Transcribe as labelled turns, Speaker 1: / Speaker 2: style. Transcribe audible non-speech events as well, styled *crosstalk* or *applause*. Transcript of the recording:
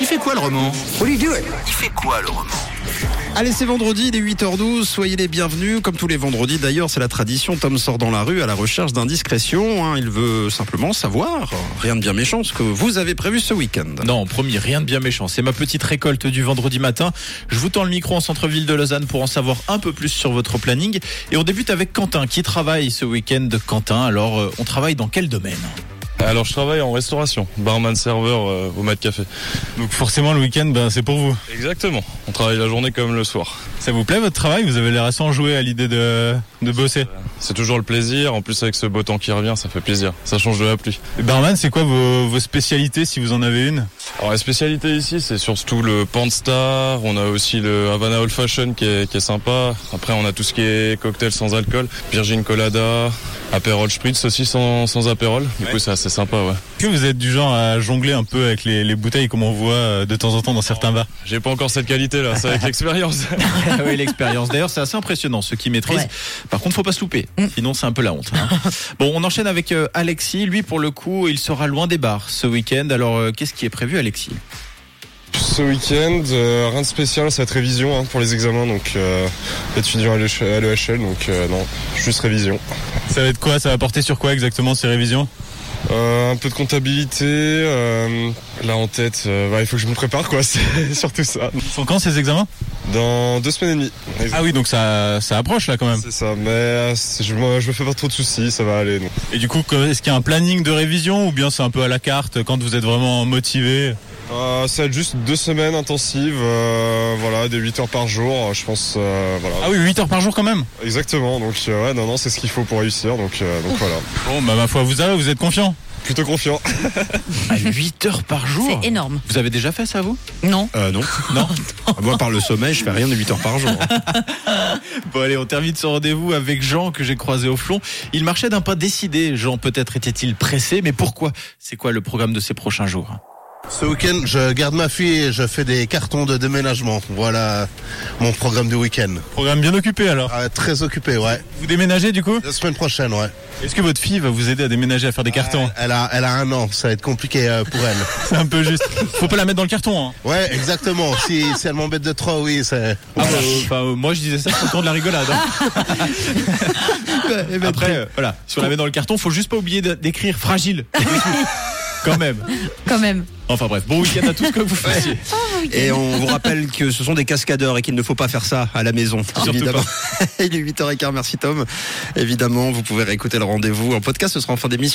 Speaker 1: Il fait quoi le roman
Speaker 2: Il fait quoi le roman
Speaker 1: Allez, c'est vendredi, il est 8h12, soyez les bienvenus. Comme tous les vendredis d'ailleurs, c'est la tradition, Tom sort dans la rue à la recherche d'indiscrétion. hein. Il veut simplement savoir, euh, rien de bien méchant, ce que vous avez prévu ce week-end.
Speaker 3: Non, promis, rien de bien méchant. C'est ma petite récolte du vendredi matin. Je vous tends le micro en centre-ville de Lausanne pour en savoir un peu plus sur votre planning. Et on débute avec Quentin qui travaille ce week-end. Quentin, alors euh, on travaille dans quel domaine
Speaker 4: Alors je travaille en restauration, barman serveur euh, au mat café.
Speaker 5: Donc forcément le week-end ben, c'est pour vous.
Speaker 4: Exactement. On travaille la journée comme le soir.
Speaker 5: Ça vous plaît votre travail Vous avez l'air assez enjoué à l'idée de, de bosser.
Speaker 4: C'est toujours le plaisir. En plus avec ce beau temps qui revient, ça fait plaisir. Ça change de la pluie.
Speaker 5: Barman c'est quoi vos, vos spécialités si vous en avez une
Speaker 4: Alors la spécialité ici, c'est surtout le Panstar. On a aussi le Havana Old Fashion qui est, qui est sympa. Après on a tout ce qui est cocktail sans alcool, Virgin Colada, Aperol Spritz aussi sans, sans Aperol. Du coup c'est assez sympa ouais.
Speaker 5: Est-ce que vous êtes du genre à jongler un peu avec les, les bouteilles comme on voit euh, de temps en temps dans certains bars
Speaker 4: J'ai pas encore cette qualité là, *laughs* c'est avec l'expérience.
Speaker 6: *laughs*
Speaker 3: Ah oui, l'expérience. D'ailleurs, c'est assez impressionnant, ceux qui maîtrisent.
Speaker 6: Ouais. Mm.
Speaker 3: Par contre, faut pas se louper. Sinon, c'est un peu la honte.
Speaker 6: *laughs*
Speaker 3: hein. bon, on enchaîne avec euh, Alexis. Lui, pour le coup, il sera loin des bars ce week-end. Alors, euh, qu'est-ce qui est prévu, Alexis
Speaker 7: Ce week-end, euh, rien de spécial, cette révision hein, pour les examens, donc euh, étudiant à l'EH- à l'EHL, donc euh, non, juste révision.
Speaker 5: Ça va être quoi Ça va porter sur quoi exactement ces révisions
Speaker 7: Euh, un peu de comptabilité, euh, là en tête, euh, bah, il faut que je me prépare quoi, *laughs* c'est surtout ça.
Speaker 5: Ils sont quand ces examens
Speaker 7: Dans deux semaines et demie.
Speaker 5: Ah oui donc ça, ça approche là quand même.
Speaker 7: C'est ça, mais euh, c'est- je, me- je me fais pas trop de soucis, ça va aller. donc.
Speaker 5: Et du coup que- est-ce qu'il y a un planning de révision ou bien c'est un peu à la carte quand vous êtes vraiment motivé
Speaker 7: Euh, ça va être juste deux semaines intensives, euh, voilà, des 8 heures par jour, je pense, euh, voilà.
Speaker 5: Ah oui 8 heures par jour quand même
Speaker 7: Exactement, donc euh, ouais, non, non, c'est ce qu'il faut pour réussir, donc, euh, donc voilà.
Speaker 5: Bon bah ma foi vous avez, vous êtes confiant
Speaker 7: Plutôt confiant.
Speaker 3: À 8 heures par
Speaker 5: Oh.
Speaker 3: jour
Speaker 6: C'est énorme.
Speaker 3: Vous avez déjà fait ça, vous
Speaker 6: Non.
Speaker 1: Euh, non.
Speaker 3: Non.
Speaker 1: Ah, Moi, par le sommeil, je fais rien de 8 heures par
Speaker 5: *laughs*
Speaker 1: jour.
Speaker 3: Bon allez, on termine ce rendez-vous avec Jean que j'ai croisé au flon. Il marchait d'un pas décidé. Jean peut-être était-il pressé, mais pourquoi C'est quoi le programme de ces prochains jours
Speaker 8: Ce week-end, je garde ma fille et je fais des cartons de déménagement. Voilà mon programme du week-end.
Speaker 5: Programme bien occupé alors.
Speaker 8: Ah, très occupé, ouais.
Speaker 5: Vous déménagez du coup
Speaker 8: La semaine prochaine, ouais.
Speaker 5: Est-ce que votre fille va vous aider à déménager, à faire des cartons
Speaker 8: Elle a, elle a un an, ça va être compliqué euh, pour elle.
Speaker 5: C'est un peu juste. Faut pas la mettre dans le carton. Hein.
Speaker 8: Ouais, exactement. Si, si elle m'embête de trop, oui, c'est...
Speaker 5: Euh, enfin, euh, moi je disais ça sur le ton de la rigolade. *laughs* hein. Après, euh, voilà, si on la met dans le carton, faut juste pas oublier de- d'écrire *laughs* fragile. Quand même.
Speaker 6: Quand même.
Speaker 3: Enfin bref, bon week-end à tous que vous fassiez.
Speaker 1: Et on vous rappelle que ce sont des cascadeurs et qu'il ne faut pas faire ça à la maison, évidemment. *laughs* Il est 8h15, merci Tom. Évidemment, vous pouvez réécouter le rendez-vous en podcast, ce sera en fin d'émission.